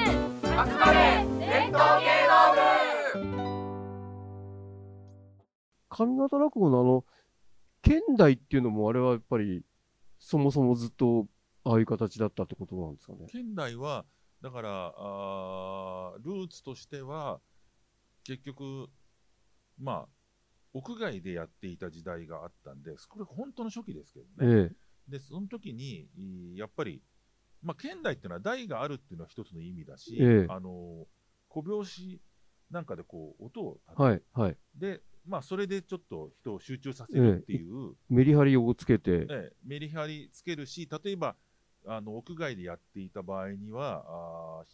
集まれ伝統芸能部上方落語のあの、現代っていうのもあれはやっぱり、そもそもずっとああいう形だったってことなんですかね。県内はだからあールーツとしては結局まあ屋外でやっていた時代があったんでこれ本当の初期ですけどね、えでその時にいやっぱり、まあ、県内っていうのは代があるっていうのは一つの意味だし、ええあの小拍子なんかでこう音を立てえ。て、はい、はい。でまあ、それでちょっと人を集中させるっていう、メリハリをつけて、ええ、メリハリつけるし、例えばあの屋外でやっていた場合には、あー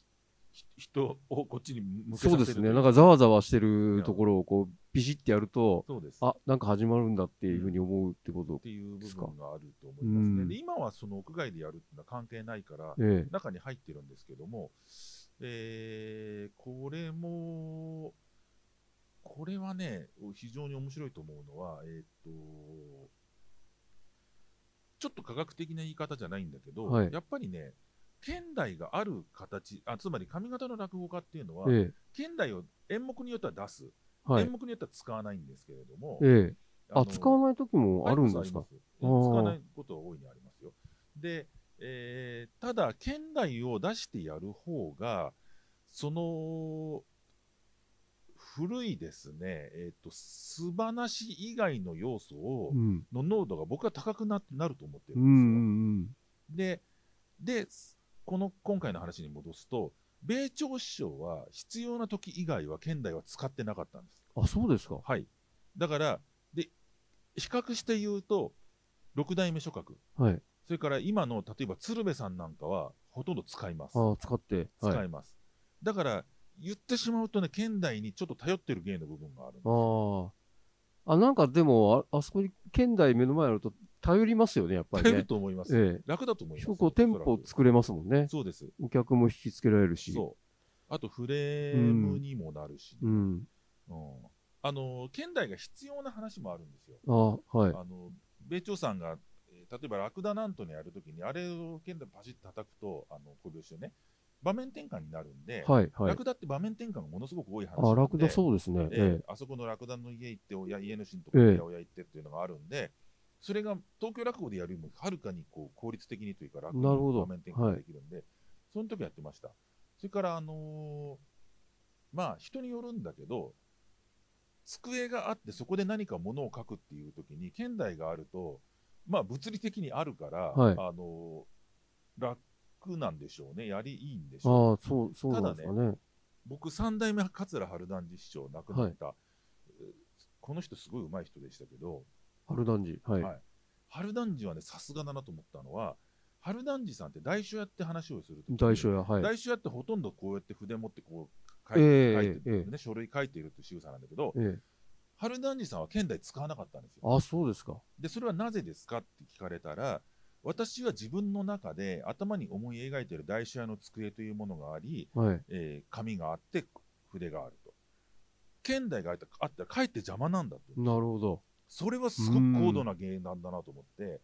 ひひ人をこっちに向けさせそるうですね。といなんかざわざわしてるところをこう、ビシッてやると、そうです。あ、なんか始まるんだっていうふうに思うってことっ。ていう部分があると思いうんますね。で今はその屋外でやるっていうのは関係ないから、ええ。中に入ってるんですけども、えーこれも、これはね、非常に面白いと思うのは、えーっと、ちょっと科学的な言い方じゃないんだけど、はいやっぱりね、現代がある形、あつまり上方の落語家っていうのは、ええ。現代を演目によっては出す、はい演。目によっては使わないんですけれども、ええ。のあ、使わない時もあるんですかありますあります使わないことは大いにありますよ。で、えーただ、県内を出してやる方が、その、古いですね、えっ、と、素晴らし以外の要素をう、ん。の濃度が僕は高くななると思ってるうんんですよ。うんで、で、この今回の話に戻すと、米朝師匠は必要な時以外は県内は使ってなかったんです。うん。あ、そうですか。はい。だから、で、比較して言うと、六代目諸閣、はい。それから今の例えば鶴瓶さんなんかは、ほとんど使います。あ使って。使はい。あいます。だから、言ってしまうとね、現代にちょっと頼ってる芸の部分があるんですあ。あ、なんかでも、ああそこに、県代目の前あると、頼りますよね、やっぱり頼るね。と思います。ええ。楽だと思いますそよ。こう、店舗おそら作れますもんねく。そうです。お客も引きつけられるし。そう。あと、フレームにもなるし、う。ん。うんあの、現代が必要な話もあるんですよ。あはい。あの米朝さんが、えー例えばラクダなんとねやるときに、あれを剣でパシッと叩くと、あの小拍子をね、場面転換になるんで、はい、はいラ。クダって場面転換がものすごく多い話なんあ、で、楽だそうですね。えええ。ーあそこのラクダの家行って、おや家主のとこえろえやおや行ってっていうのがあるんで、それが東京落語でやるよりもはるかにこう効率的にというか、楽になるほど場面転換ができるんで、その時やってました。それから、あのーまあ、人によるんだけど、机があって、そこで何か物を書くっていう時に、現代があると、まあ、物理的にあるから、はいあのー楽なんでしょうね、やりいいんでしょうねああ、そう、そうなんですかね。僕三代目桂春団治師匠亡くなった、えーこの人すごい上手い人でしたけど、春団治。はい。はい春団治はねさすがだなと思ったのは春団治さんって大書やって話をするとき大書や、はい。大書やってほとんどこうやって筆持ってこう書いて,、ええ書いてるんですねえ書類書いているっていう仕草なんだけどええ。春団治さんは現代使わなかったんですよあ、そうですか。でそれはなぜですかって聞かれたら私は自分の中で頭に思い描いている大書屋の机というものがあり、はい。えー紙があって筆があると。剣代があったあったらかえって邪魔なんだと。なるほど。それはすごく高度な芸なんだなと思って、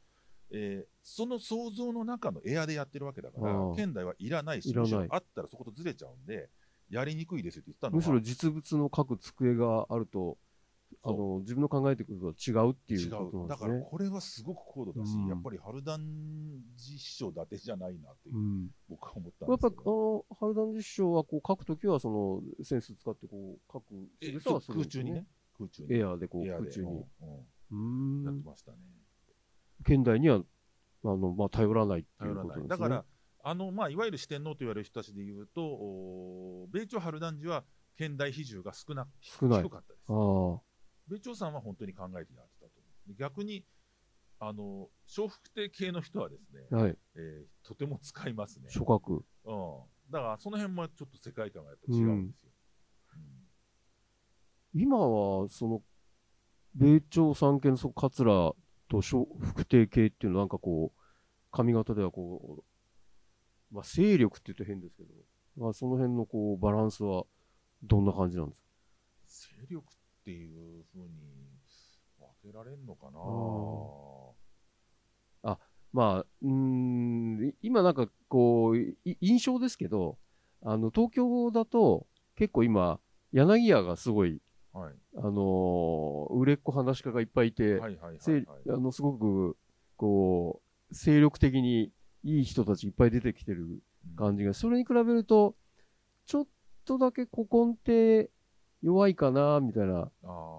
えーその想像の中のエアでやってるわけだからあー剣代はいらないしいらないむしろあったらそことずれちゃうんでやりにくいですよって言ったのむしろが実物の書く机があると、あそうの、自分の考えてくることは違うってい違うこうとなだんでかすらね。これはすごく高度だし、うんやっぱり春団治師匠伊達じゃないなっていう、うん。僕は思ったんやっでぱ、すあけど。の、春団治師匠はこう書くときは、その、センス使ってこう書く。えそそううするん空です中にね。、空中に、エアーでこう、エアで空中に。ううんやっんて。ましたね。現代には、あの、まあ、頼らないってい頼うらこなとですね。い。だから、、あの、まあ、いわゆる四天王と言われる人たちで言うと、おー米朝春団治は、現代比重が少な、少ない低かったですあ。あ。米朝さんは本当に考えてやってたと思う。逆に、あの、笑福亭系の人はですね、はい。えーとても使いますね。書覚。うん。だから、その辺もちょっと世界観がやっぱ違うんですよ。今は、その、米朝三権のその桂と小福定系っていうのはなんかこう、髪型ではこう、まあ、勢力って言うと変ですけど、まあ、その辺のこう、バランスはどんな感じなんですかうん勢力っていうふうに分けられんのかなまあ、うーん、今なんかこう、い印象ですけど、あの、東京だと、結構今、柳家がすごい、はい。あのー売れっ子話し家がいっぱいいて、はいはいはい、せいはい。あの、すごく、こう、精力的にいい人たちいっぱい出てきてる感じが、それに比べると、ちょっとだけ古今って弱いかな、みたいな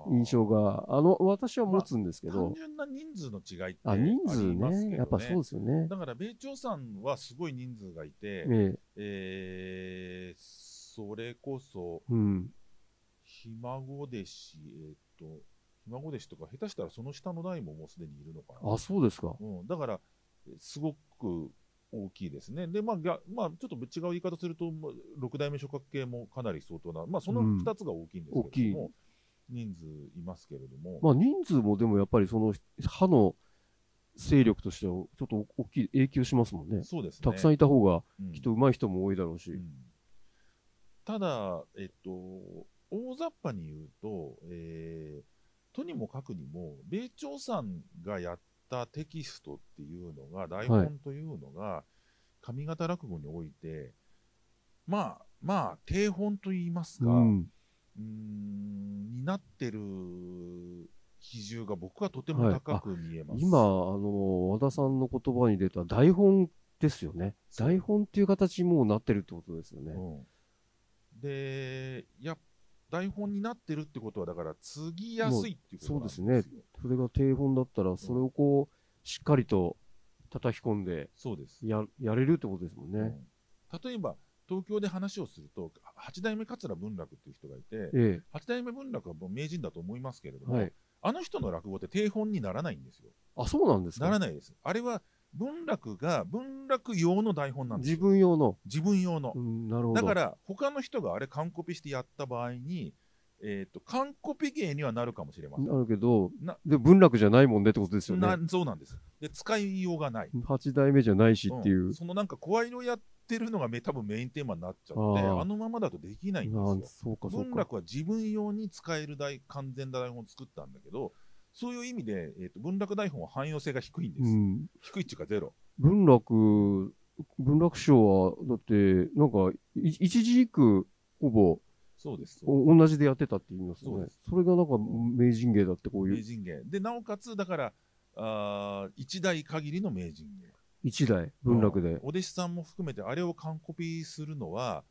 印うん象が、あの、私は持つんですけあー単ど、純な人数の違いってあ、人数ありますけどね、やっぱそうですよね。だから米朝さんはすごい人数がいて、ええ、えーそれこそ、うん。ひ孫弟子、えーっと、ひ孫弟子とか、下手したらその下の代ももうすでにいるのかな。あ、そうですか。うん、だから、すごく大きいですね。で、まあ、がまあ、ちょっと違う言い方すると、まあ六代目諸角形もかなり相当な、まあ、そのうん2つが大きいんですけれども、人数いますけれども、まあ人数もでもやっぱりその歯の勢力としてはちょっと大きい影響しますもんね。そうですね。たくさんいた方がうんきっと上手い人も多いだろうし。うんただ、えっと、大雑把に言うと、えーとにもかくにも、米朝さんがやったテキストっていうのが、台本というのが、上方落語において、まあ、まあ、定本と言いますか、うーん、になってる比重が僕はとても高く見えます。今、あの、和田さんの言葉に出た台本ですよね。台本っていう形にもうなってるってことですよね。うん、で、いや、台本になってるってことは、だから、継ぎやすいっていうことなんですよ。もうそうですそれが定本だったら、それをこう、しっかりと叩き込んでそうです。ややれるってことですもんうね。ん例えば、東京で話をすると、八代目桂文楽っていう人がいて、え八代目文楽はもう名人だと思いますけれどえ。も、はい。あの人の落語って定本にならないんですよ。あ、そうなんですかならないです。あれは文楽が文楽用の台本なんです自よ。分用の。自分用のう。ん、なるほど。だから、他の人があれ、完コピしてやった場合に、えっ、と、完コピ芸にはなるかもしれません。なるけどな、で文楽じゃないもんねってことですよなね。そうなんです。で、使いようがない。。八代目じゃないしっていううんそのなんか声色やってるのがめ多分メインテーマになっちゃって、ああーのままだとできないんでああすそうかよ。そう文か。楽は自分用に使える台完全な台本を作ったんだけど、そういう意味で、えー、と文楽台本は汎用性が低いんです。うん、低いっていうかゼロ。文楽、文楽師匠は、だって、なんか、い一時一句、ほぼそうです。そうお同じでやってたって言いますそようねで。それがなんか名人芸だってこう名いう人芸。で、なおかつ、だから、あー一代限りの名人芸。一代文楽うんで。お弟子さんも含めて、あれを完コピするのは、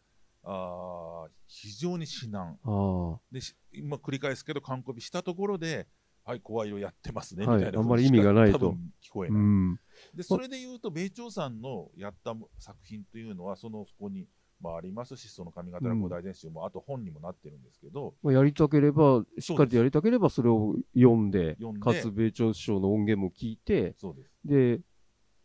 あー非常に至難。あでし今繰り返すけど完コピしたところではい声色やってますねみはたいいな、あんまり意味がないと多分聞こあ。えうない、ん。でそれで言うと米朝さんのやったも作品というのはそのそこに、まあ、ありますしその上方落語大全集も、あと本にもなってるんですけどまあ、やりたければ、しっかりとやりたければ、それを読んで読ん、でかつ米朝師匠の音源も聞いて、そうですで、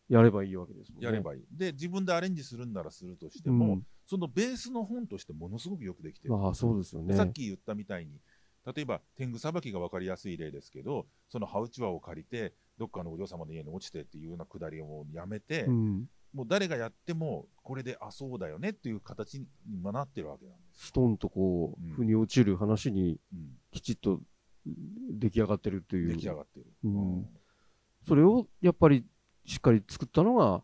やればいいわけですもんね。やればいい、で自分でアレンジするんならするとしてうも、ん。そのベースの本としてものすごくよくできてるまあ、そうですよね。さっき言ったみたいに、例えば天狗さばきが分かりやすい例ですけど、その羽内輪を借りて、どっかのお嬢様の家に落ちてっていうようなくだりをもうやめて、うん。もう誰がやっても、これで、あ、そうだよねっていう形に今なってるわけなんです。ストンとこうんう、腑に落ちる話にうんきちっとうん出来上がってるとい出来上う、がってる。うんそれをやっぱりしっかり作ったのが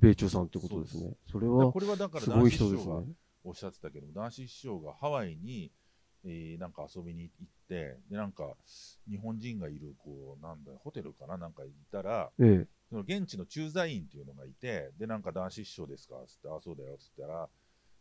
米朝さんってことですね。それだからはこれはだから、すご男い子師人です匠がね。おっしゃってたけど、男子師匠がハワイに、えーなんか遊びに行って、で、なんか、日本人がいる、こう、なんだ、ホテルかななんか行ったら、ええ。その現地の駐在員っていうのがいて、で、なんか男子師匠ですかつって、あ、そうだよ。つったら、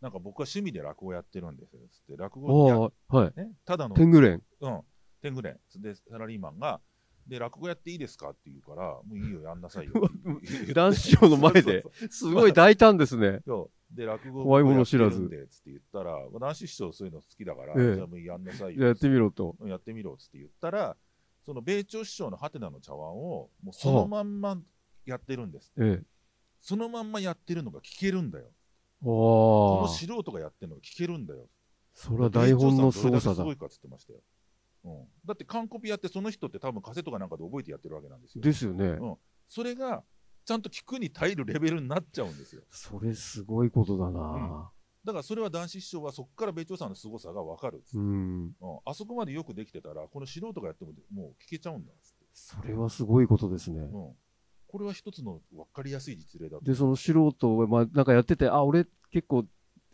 なんか僕は趣味で落語やってるんです。つって、落語や、ああ、はい。ね、ただの、天狗 連。うん、天狗連。で、サラリーマンが、で、落語やっていいですかって言うから、もういいよ、やんなさいよって言う。言って男子師匠の前でそうそうすごい大胆ですね。そうそうで、落語怖いもの知らずやってるんで、つって言ったら、男子師匠そういうの好きだから、ええじゃあもうやんなさいじゃあよやってみろと。やってみろっつって言ったら、その米朝師匠のハテナの茶碗を、もうそのまんまやってるんですって。ええ。そのまんまやってるのが聞けるんだよ。こあのあ。素人がやってるのが聞けるんだよ。それは台本のす凄ごささだけすだご。いかっつってましたよ。うん、だって、完コピやって、その人って多分カセットかなんかで覚えてやってるわけなんですよ。ですよね。うんそれが、ちゃんと聞くに耐えるレベルになっちゃうんですよ。それすごいことだな。だから、それは男子師匠はそこから米朝さんの凄さが分かるっつって、うん。うんあそこまでよくできてたら、この素人がやってももう聞けちゃうんだっつって、それはすごいことですねうん。これは一つの分かりやすい実例だと。で、その素人を、まあ、なんかやってて、あ、俺結構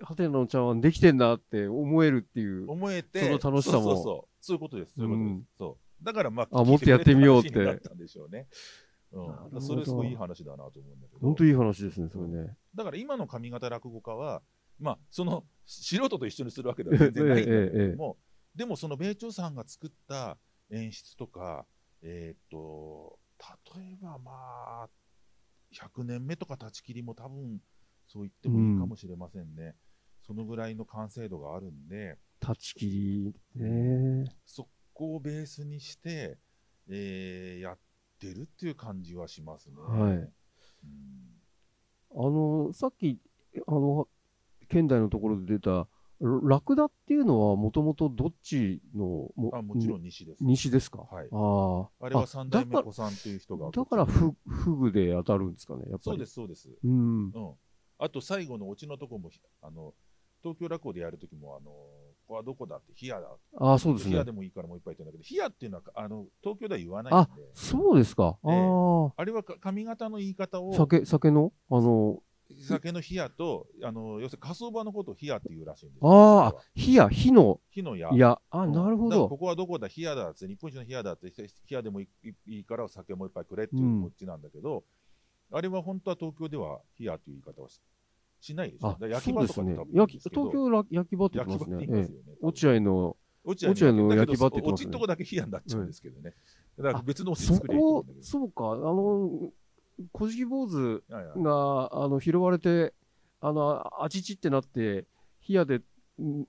ハテナの茶碗できてんなって思えるっていう。思えて、その楽しさもそうそうそうそういうことです、そういうことうです。んそうだから、まあ、あもっとやってみようって聞いくれ話になったんでしょうね。うなん、だるかほどらそれすごいいい話だなと思うんだけど、本当いい話ですね、それね。だから今の上方落語家は、まあ、その素人と一緒にするわけでは 全然ないんだけれども、でもその米朝さんが作った演出とか、えーっと例えばまあ100年目とか立ち切りも多分そう言ってもいいかもしれませんね、そのぐらいの完成度があるんで断ち切りね。そこをベースにして、えーやってるっていう感じはしますね。はいうんあの、さっき、あの、県内のところで出た、ラクダっていうのはもともとどっちの、もあもちろん西です。西ですかはいああ。あれは三三代目子さんという人が。だから、フフグで当たるんですかね、やっぱり。そうです、そうです。うん。うん。あと、最後のオチのとこも、ひあの、東京落語でやるときも、あの、ここはどこだって、ヒアだ。ああ、そうですヒアねで。もいいからもういっぱい言ってんだけど、ヒアっていうのは、あの、東京では言わないあんで、そうですか。ええああれはか髪型の言い方あ。を、酒、酒のあの、酒のヒアと、あの、要するに火葬場のことをヒアっていうらしいんですよああ、、火や、火の火の矢。いや、あ、うんなるほだからこど。こはどこだ、冷やだって、日本一の冷やだって、冷やでもいいいいからお酒もいっぱいくれっていううんこっちなんだけど、あれは本当は東京では冷やという言い方はししないでしょ。だあから、焼きそう場でとすかでね多分。言うん焼できすけど東京ら焼き場って言ってま焼きす場っね。て言いえますえよね。落合の、落合落合のだけど焼き場って言ってますねそこおちんとこだけ冷やになっちゃうんですけどね。だから別のおちそ作りゃいいとこ思うんだけ、ど。そうか、あの、小敷坊主いやいやが、あの、拾われて、あの、あちちってなって、火やで、ん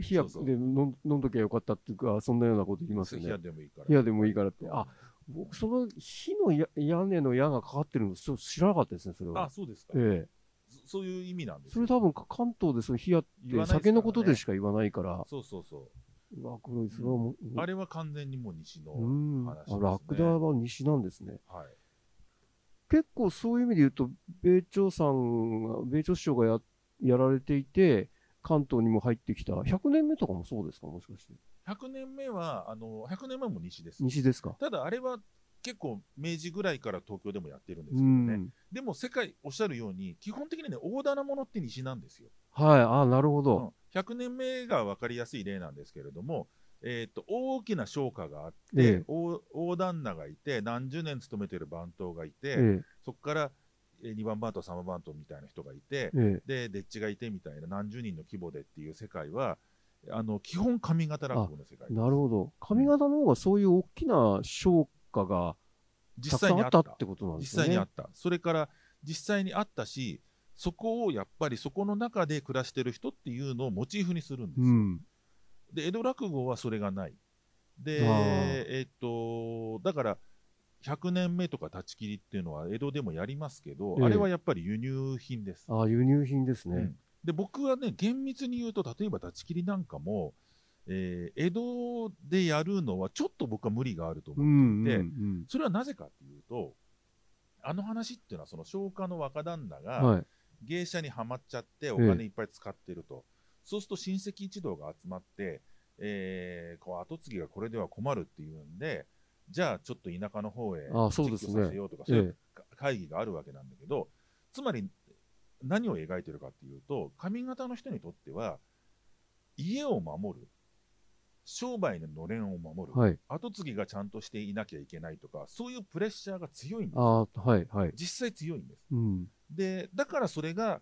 火やでそうそう飲ん飲んどきゃよかったっていうか、そんなようなこと言いますよ冷やね。でもいいから。火やでもいいからって。ああ、、僕、その火のや屋根の矢がかかってるの、ちょっと知らなかったですね、それは。あ、そうですか。ええ。そそういう意味なんですそよれ多分か関東でその火屋って言わないですからね酒のことでしか言わないから、そうそうそうわ、これ、それはもう、う。あれは完全にもう西の。うん、あ話ですねラクダは西なんですね。はい。結構そういう意味で言うと、米朝さんが、米朝首相がややられていて、関東にも入ってきた、100年目とかもそうですか、もしかして。 100年目は、あの、100年目も西です。西ですか。ただあれは結構明治ぐらいから東京でもやってるんですけうどね、ん。でも世界おっしゃるように基本的にね大棚ものって西なんですよ、はい、ああ、なるほうど。ん、100年目が分かりやすい例なんですけれども、えー、と大きな商家があって、ええ大大旦那がいて何十年勤めてる番頭がいて、えそこからえー2番番頭3番番頭みたいな人がいてえ、ええ。ででっちがいてみたいな何十人の規模でっていう世界はあの基本上方落語の世界ですなるほど。髪型の方がそういう大きな商家がた実く際さんにああっったたってことなんです実ね。際にあった、それから実際にあったし、そこをやっぱりそこの中で暮らしてる人っていうのをモチーフにするんですよ。うん。で、江戸落語はそれがない。で、あーえっと、だから、100年目とか断ち切りっていうのは江戸でもやりますけど、ええあれはやっぱり輸入品です。ああ、輸入品ですうねん。で、僕はね、厳密に言うと、例えば断ち切りなんかも、えー江戸でやるのはちょっと僕は無理があると思ううん。うん。でうんそれはなぜかっていうと、あの話っていうのは、その商家の若旦那がはい。芸者にはまっちゃって、お金いっぱい使ってると、そうすると親戚一同が集まって、えーこう後継ぎがこれでは困るっていうんで、じゃあちょっと田舎の方へあそうですね撤去させようとか、そういうか会議があるわけなんだけど、つまり何を描いてるかっていうと、上方の人にとっては、家を守る、商売ののれんを守る、はい。後継ぎがちゃんとしていなきゃいけないとか、そういうプレッシャーが強いんですよ。ああ、はい、はい。実際強いんです。うん。で、だからそれが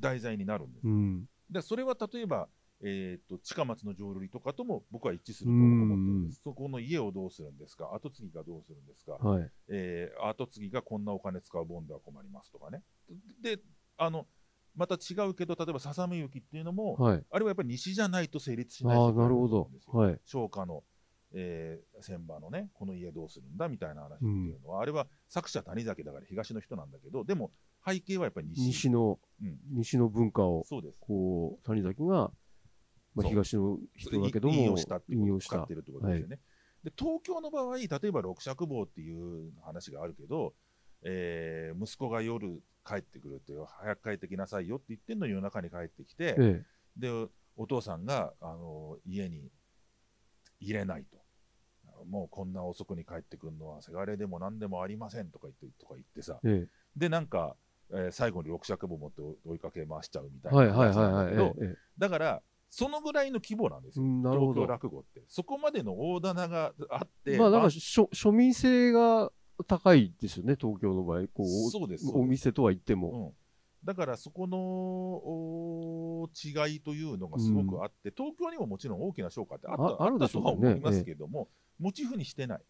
題材になるんです。うん。でそれは例えば、えー、と近松の浄瑠璃とかとも僕は一致すると思ってるんです。そこの家をどうするんですか、後継ぎがどうするんですか、はい。えー後継ぎがこんなお金使うボンドは困りますとかね。で、あのまた違うけど、例えばささめ雪っていうのも、はい。あれはやっぱり西じゃないと成立しあないあ、世界だなとるほ思どうんですよ。はい。商家の、えー、船場のね、この家どうするんだみたいな話っていうのは、あれは作者谷崎だから東の人なんだけど、でも背景はやっぱり西。西の、うん、西の文化を、そうです。こう、谷崎が、まあ、そう東の人だけども、引用したっていう引こと用をし使ったて。るってことですよね。で東京の場合、例えば六尺棒っていう話があるけど、えー息子が夜帰ってくるって早く帰ってきなさいよって言ってんのに夜中に帰ってきて、えでお父さんがあの家に入れないともうこんな遅くに帰ってくるのはせがれでも何でもありませんとか言ってとか言ってさえ、ええ、でなんかえー最後に六尺棒持って追いかけ回しちゃうみたいなはいはいやつはいなんはだいけえどえ。えだからそのぐらいの規模なんですえうよんなる東ほ京ど。落語ってそこまでの大棚があってまあなんばかしょ庶民性が高いですよね、東京の場合。こうそうですお店とは言ってうも。ん、だからそこのお違いというのがすごくあって、東京にももちろん大きな商家ってあったああるでしょうねあったとは思いますけども、モチーフにしてない。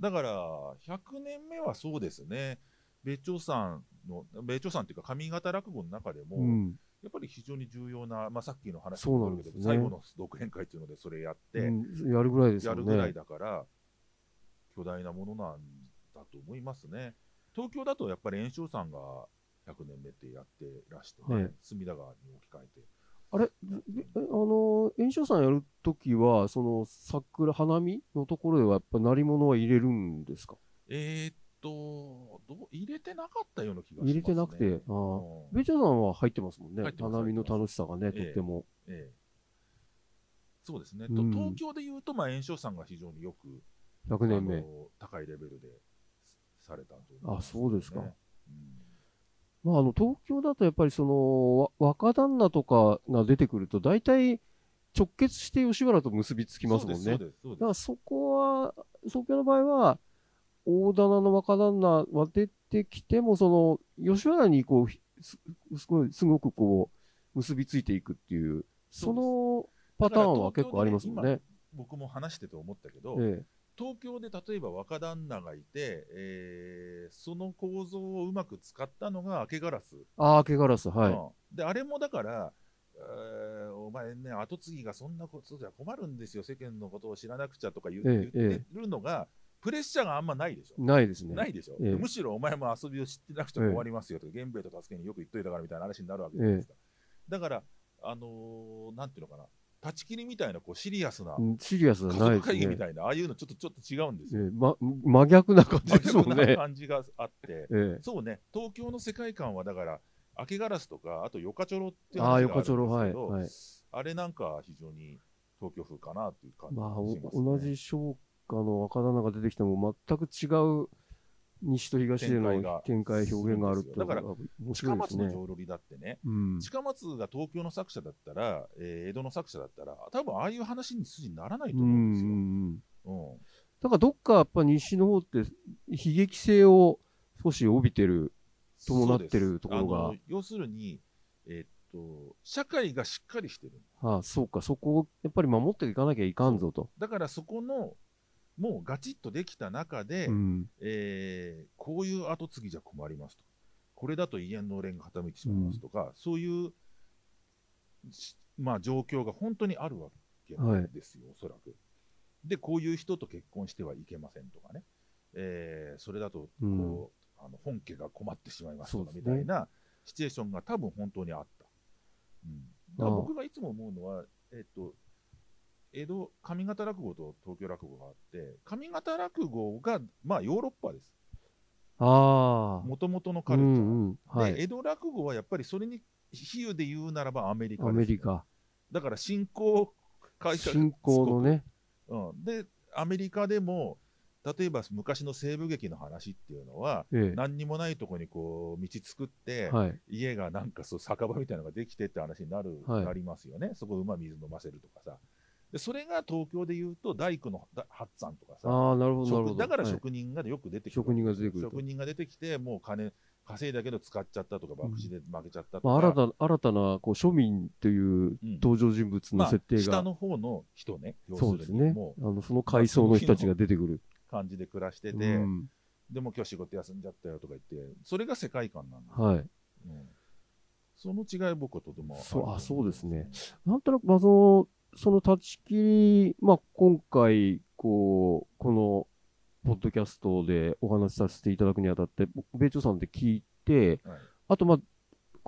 だから100年目はそうですね、米朝さんの、米朝さんっていうか、上方落語の中でも、うん。やっぱり非常に重要な、まあ、さっきの話そうもなあんるでけすど、ね最後の独演会っていうので、それやって、うんやるぐらいですやよるぐらいね。だから、巨大なものなんだと思いますね。東京だとやっぱり円生さんが100年目ってやってらしてね、はい隅田川に置き換えて。あれ、えあの、炎症さんやるときは、その桜、花見のところではやっぱ鳴り物は入れるんですかえーっとどう、入れてなかったような気がします、ね、入れてなくて。あうあ。んベチョさんは入ってますもんね入っ。てます花見の楽しさがね、入ってますとっても。ええそうですね、うとん東京でいうと、まあ、円生さんが非常によく100年あ目。の高いレベルでされたと思いあ、ますねそうですか。うんまあ、あの東京だとやっぱりそのわ若旦那とかが出てくると大体直結して吉原と結びつきますもんそね。うだでかすそうですそうですらそこは東京の場合は大棚の若旦那は出てきてもその吉原にこうひすすごいすごくこう結びついていくっていうそそうでのパすターンは結構ありますもんね。僕も話してて思ったけど、ええ東京で例えば若旦那がいて、えーその構造をうまく使ったのが明けガラス、ああ明けガラスはい。うんであれもだから、えーお前ね跡継ぎがそんなことじゃ困るんですよ世間のことを知らなくちゃとか言,、ええ言ってるのがプレッシャーがあんまないでしょ。ないですね。ないでしょ、ええむしろお前も遊びを知ってなくちゃ終わりますよとか、源兵衛と助けによく言っといたからみたいな話になるわけじゃないですか、だから、あのーなんていうのかな、断ち切りみたいなこうシリアスなうんシリアス家はない族です会議みね。たいな、ああいうのちょっとちょっと違うんですえよ。えま、真逆な感じですもん真逆なね。感じがあって、え そうね、東京の世界観はだから、明けガラスとか、あとヨカチョロってえ、いうあ話がああ、るよんでかすちょろ、けど、はい。はいあれなんか非常に東京風かなっていう感じがまあ、おします、ね。同じ商家の若旦那が出てきても全く違う西と東で展開がの展開表現があるっていうのだがか面白近いで松すのね。浄瑠璃だってね、うん、近松が東京の作者だったら、えー江戸の作者だったら、多分ああいう話に筋にならないとう思んううんですよ。んうんうんだからどっかやっぱ西の方って悲劇性を少し帯びてる。伴ってるところがそうですあの要するに、えっと、社会がしっかりしてる。ああ、そうか、そこをやっぱり守っていかなきゃいかんぞと。だからそこの、もうガチッとできた中で、うん、えーこういう後継ぎじゃ困りますと。これだと家の連が傾いてしまいますとか、そういう、しまあ、状況が本当にあるわけなんですよ、おそらく。で、こういう人と結婚してはいけませんとかね。えーそれだとこう、あの本家が困ってしまいますとそかうでみすねたいなシチュエーションが多分本当にあった。うん、だからああ僕がいつも思うのは、えっと、江戸上方落語と東京落語があって、上方落語が、まあ、ヨーロッパです。ああ、もともとのうカルチャー、んうん、はでい。江戸落語はやっぱりそれに比喩で言うならばアメリカですアメリカ、だから新興会社新興のね、うん、でアメリカでも例えば昔の西部劇の話っていうのはえ何にもないとこにこう道作っえ、て、はい、家がなんかそう酒場みたいなのができてって話になる、はいなりますよね、そこ馬水飲ませるとかさ、でそれが東京でいうと大工のだ八さんとかさ、ああ、なるほど、なるほ職ど。だからはい職人がよく出てきて、職人が出てくると職人が出てきて、もう金稼いだけど使っちゃったとか、うん博打で負けちゃったとか、まあ、新たな新たなこう庶民といううん登場人物まのあ設定が、下の方の人ね、要するそにうですねもうあのその階層の人たちが出てくる、感じで暮らしてて、うんでも今日仕事休んじゃったよとか言って、それが世界観なんだ、はい、うんその違い、僕はとてもると思そうあそうですね。なんとなく、まあ、そのその断ち切り、まあ、今回こうこのポッドキャストでお話しさせていただくにあたって僕米朝さんで聞いてはいあとまあ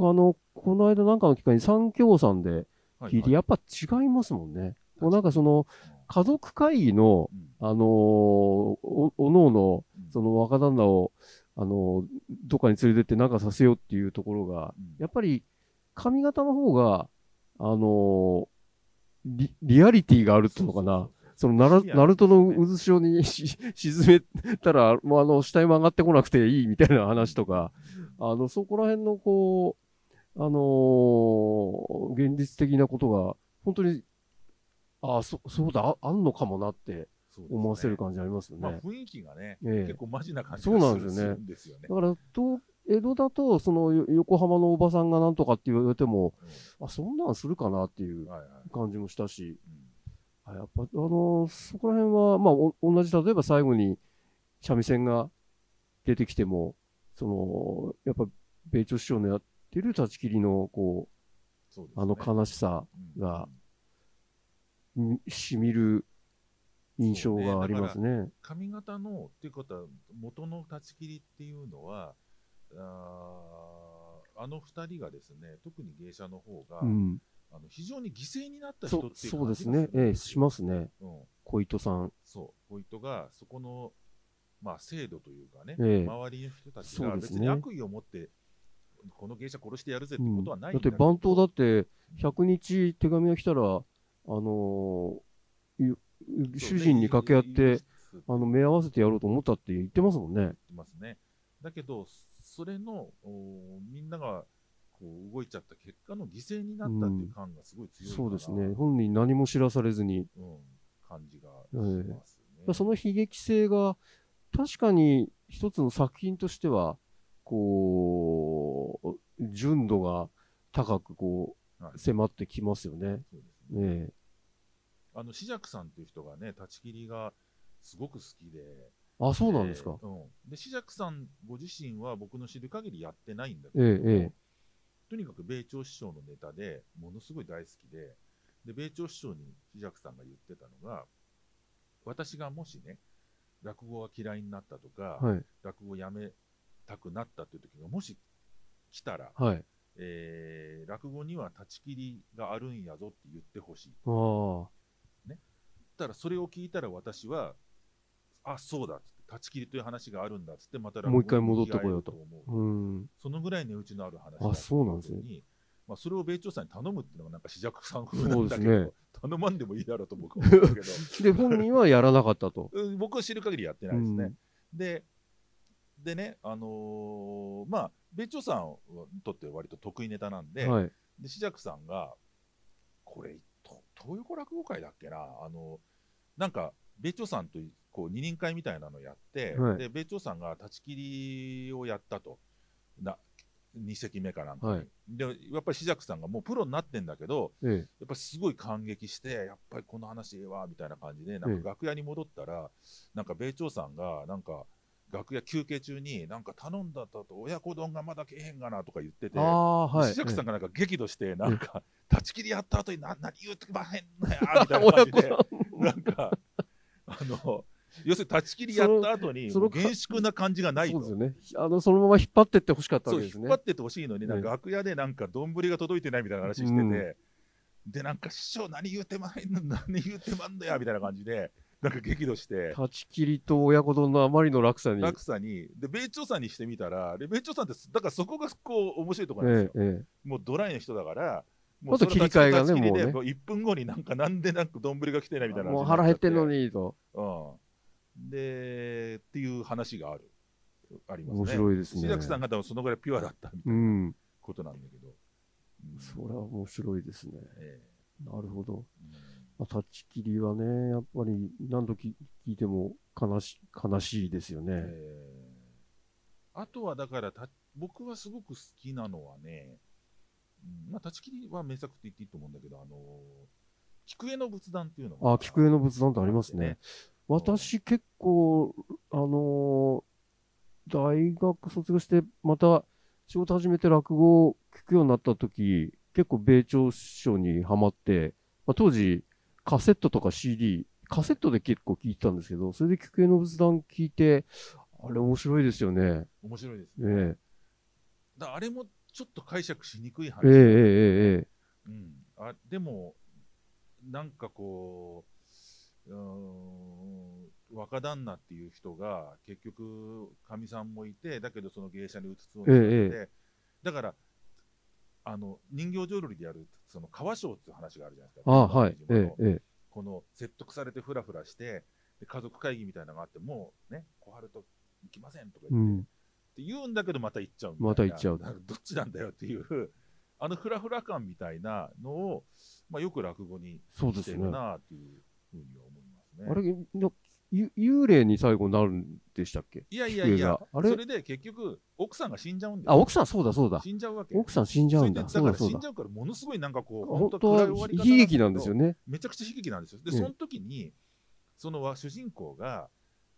あのこの間なんかの機会に三協さんではい聞いて、はいやっぱ違いますもんね。こうなんかその家族会議のうんうんあのーお、おのおの、うんその若旦那を、あのーどっかに連れてってなんかさせようっていうところが、うんやっぱり髪型の方が、あのーリ、リアリティがあるっていうのかな。そうそのナルシビアなナルトの渦潮に し沈めたら、もうあの、死体も上がってこなくていいみたいな話とか、あの、そこら辺のこう、あのー現実的なことが、本当に、ああ、そ、そうだ、ああんのかもなってそうですね思わせる感じありますよまあね。雰囲気がね、ええ結構マジな感じそうがなんすでるすすよねるんですよね。だから、東江戸だと、その、よ横浜のおばさんがなんとかって言われても、あ、そんなんするかなっていうはいはい感じもしたし、うんあやっぱ、あのーそこら辺は、まあ、お同じ、例えば最後に三味線が出てきても、その、やっぱ、米朝師匠のやってる立ち切りの、こそうですう、ねあの悲しさ、うんがに染みる印象がありますね。髪型のっていうことは元の断ち切りっていうのはあーあの二人がですね特に芸者の方が、うん。あの非常に犠牲になった人そっう、ていうそう感でじすがるねえん。え、ですしよますね。うん、小糸さん。そうポイントがそこのまあ制度というかね、ええ周りの人たちそがうです別ねに悪意を持ってこの芸者殺してやるぜってうんことはないだんだって、けど、番頭だって、うん100日手紙が来たら、あのーゆそう主人に掛け合っ言いてつ、つあの、目合わせてやろうと思ったって言ってますもんね。ってますね。だけど、それのおみんながこう動いちゃった結果の犠牲になったっていう感がすごい強いかな、そうですね。本人何も知らされずに。うん、感じがしますね。その悲劇性が、確かに一つの作品としては、こう、純度が高くこ、はいう迫ってきますよね。そうですねねえあの、紫尺さんっていう人がね、立ち切りがすごく好きで。あ、そうなんですか。えーうん。で、紫尺さんご自身は僕の知る限りやってないんだけえど、え、えとにかく米朝師匠のネタでものすごい大好きで、で米朝師匠に紫尺さんが言ってたのが、私がもしね、落語が嫌いになったとか、え。はい。落語をやめたくなったという時が、もし来たら、はい。えー落語には立ち切りがあるんやぞって言ってほしい。ああ。たらそれを聞いたら私は、あ、そうだっつって、断ち切りという話があるんだっつって、また落語にもう一回戻ってこようと向き合える思ううん。そのぐらい値打ちのある話あそうなんですねね。まあ、それを米朝さんに頼むっていうのがなんか試弱さん風なそうんでだすけねど、頼まんでもいいだろうと僕は思う んですけで、本人はやらなかったと。ど、うん僕は知る限りや ってなういですん。ね。で、でね、あのーまあ、米朝さんにとって割と得意ネタなんで、はい。で、紫尺さんが、これ、と東横落語会だっけな、あの、なんか、米朝さんとこう二人会みたいなのやって、はいで、米朝さんが立ち切りをやったと、な2席目かなんかに、はいで、やっぱり紫尺さんがもうプロになってんだけど、ええ。やっぱすごい感激して、やっぱりこの話ええわ、みたいな感じで、なえんえか楽屋に戻ったら、なんか米朝さんが、なんか、楽屋休憩中に、なんか頼んだと親子丼がまだけえへんがなとか言ってて、ああ、はい。紫尺さんえがなんか激怒して、なんか、断ち切りやった後にな何言うてまへんのや、みたい な親感じ子さでん、なんか、あの、要するに断ち切りやった後に、そものう厳粛な感じがないそう。とですよね。あの、そのまま引っ張ってってほしかったわそう、けです引っね張。ってってほしいのに、なんか楽屋でなんか丼が届いてないみたいな話してて、うんで、なんか師匠何言うてまへんの、何言うてまんのや、みたいな感じで、なんか激怒して、立ち切りと親子丼のあまりの落差に。落差に、で、米朝さんにしてみたら、で、米朝さんって、だからそこがこう、面白いところなんですよえ。え、ええ。もうドライな人だから、あと切り替えがねその立ち切りでもうね1分後になんかなんでなんか丼が来てないみたいな話もう腹減ってんのにに、と。なっちゃって。うん。で、っていう話がある。ありますね。面白いですね志らくさんが多分そのぐらいピュアだったみたいなうん。ことなんだけど。うんそれは面白いですね。えなるほど。えまあ、立ち切りはね、やっぱり何度き聞いても悲し悲しいですようんね。ええあとはだからた、僕はすごく好きなのはね、うんまあ、立ち切りは名作って言っていいと思うんだけど、あの菊江の仏壇っていうのがあ、菊江の仏壇ってありますね。私結構、あのー大学卒業して、また仕事始めて落語を聞くようになった時、結構米朝師匠にハマって、まあ、当時カセットとか CD、カセットで結構聞いてたんですけど、それで菊江の仏壇聞いて、あれ面白いですよね。面白いですええね。だあれもちょっと解釈しにくい話、ええええええうん、あでもなんかこううーん若旦那っていう人が結局かみさんもいてだけどその芸者にうつつをされて、えだからあの人形浄瑠璃でやるその川賞っていう話があるじゃないですかあはい。天え満えのええここの説得されてふらふらしてで家族会議みたいなのがあってもうね小春と行きませんとかう言って、っん。て言うんだけどまた行っちゃうみたいなまた行っちゃうなんかどっちなんだよっていう あのふらふら感みたいなのを、まあ、よく落語にそうでしてするね。なっていうふうには思いますね。あれ、なゆ幽霊に最後なるんでしたっけいやいやいや菊があれそれで結局奥さんが死んじゃうんだあ、よ奥さん、そうだそうだ。死んじゃうわけ奥さん死んじゃうんだ。そそうだれでだからそう死だんじ。ゃうからものすごいなんかこう本当は暗い終わり方悲劇なんですだけどよね。めちゃくちゃ悲劇なんですよでうんその時にその主人公が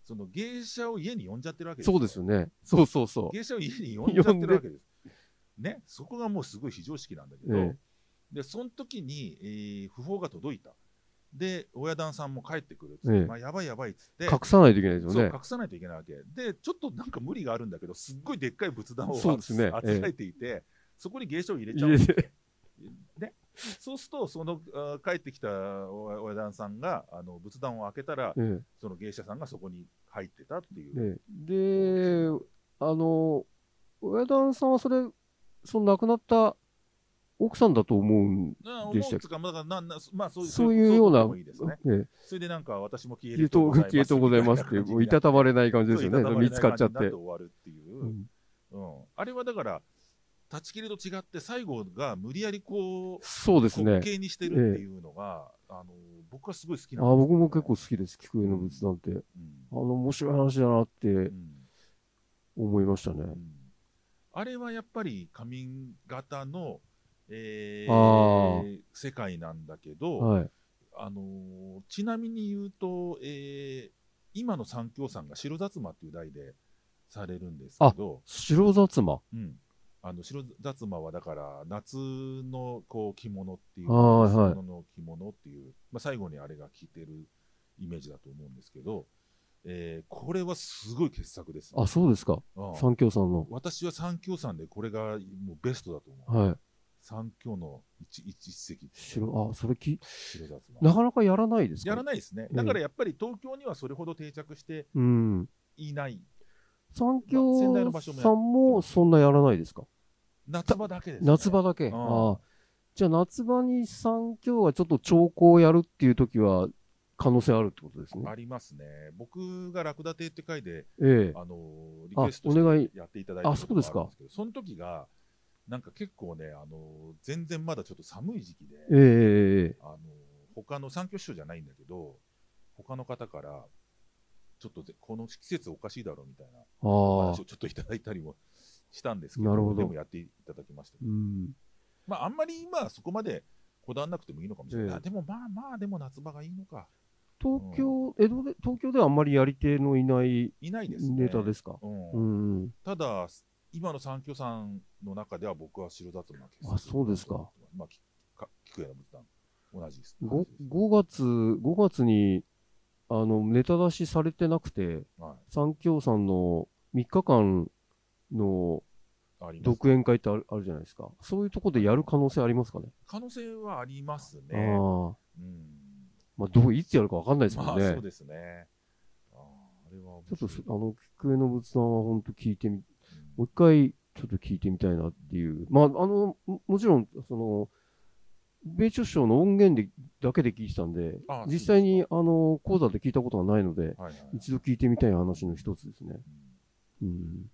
その芸者を家に呼んじゃってるわけですよそうですよね。そうそうそう。芸者を家に呼んじゃっ呼んてでるわけですね そこがもうすごい非常識なんだけど、えでその時に、えー訃報が届いたで親旦さんも帰ってくるっつって、ええまあ、やばいやばいっつって隠さないといけないですそうよね隠。さないといけないわけでちょっとなんか無理があるんだけどすっごいでっかい仏壇をそうですねあつええらえていて、そこに芸者を入れちゃうん入でれすてそうするとそのあ帰ってきたお親旦さんがあの仏壇を開けたらええその芸者さんがそこに入ってたっていう、ねで、あの、親旦さんはそれ、その亡くなった奥さんだと思うん、な思うでしたつかまあだからななまあそういうそういうような、ことでもいいですねねそれでなんか私も消え消えると消えとうございますって、 もういたたまれない感じでですよね、見つかっちゃって。終わるっていう、うんうんあれはだから断ち切りと違って最後が無理やりこうそうですね滑。稽にしてるっていうのが、あの僕はすごい好きあなんですよ僕も結構好きです、菊江の仏壇って。あうの、面白い話だなっんてうん思いましたねう。んあれはやっぱり仮眠型の、えーあ世界なんだけど、はい。あのーちなみに言うと、えー今の三協さんが白薩摩っていう題でされるんですけど、白薩摩。うん、あの白薩摩はだから夏のこう着物っていうはいはい夏物の着物っていう、まあ、最後にあれが着てるイメージだと思うんですけど、えーこれはすごい傑作です、あ、そうですか。うん三協さんの。私は三協さんでこれがもうベストだと思う、はい。三協の一一一石白、あ、それき、白薩摩なかなかやらないですかやらない。ないですね、うんだからやっぱり東京にはそれほど定着してうん。いない三仙台の場協所もやってさんもそんなやらないですか夏場だけです、ね、夏場だけ。んああじゃあ夏場に三強がちょっと兆候をやるっていう時は可能性あるってことですねあ。りますね僕がラクダ亭って回でええ。あのーリクエストあお願いしてやっていただいたあことそうですかがあるんですけど、その時が、なんか結構ね、あのー全然まだちょっと寒い時期で、ええええ。あのー他の産教師匠じゃないんだけど、他の方から、ちょっとぜこの季節おかしいだろうみたいなああ話を。ちょっといただいたりもしたんですけど、なるほどでもやっていただきました。うん。まあ、あんまり今はそこまでこだわらなくてもいいのかもしれない。ええあでもまあまあ、でも夏場がいいのか。東京、江戸で、東京ではあんまりやり手のいないいないですね。。ネタですすか。うんうん。ただ、今の三協さんの中では僕は白雑の傑作あそうですか。まあ、きか菊江の仏壇、同じです。ご同5月、5月に、あの、ネタ出しされてなくて、じですはい三協さんの3日間のあります独演会ってあるあるじゃないですか。そういうとこでやる可能性ありますかね。可能性はありますあね。あ。うん、まあ、どう、いつやるかわかんないですまもあ、んね。そうですね。あーあれは面ちょっと白いす、あの、菊江の仏壇は本当聞いてみ、うもんう一回ちょっと聞いてみたいなっていう。まあ、あの、ももちろん、その、米朝首相の音源で、だけで聞いてたんであ、実際にそ、あの、講座で聞いたことがないので、はいはい一度聞いてみたい話の一つですね。うんうん。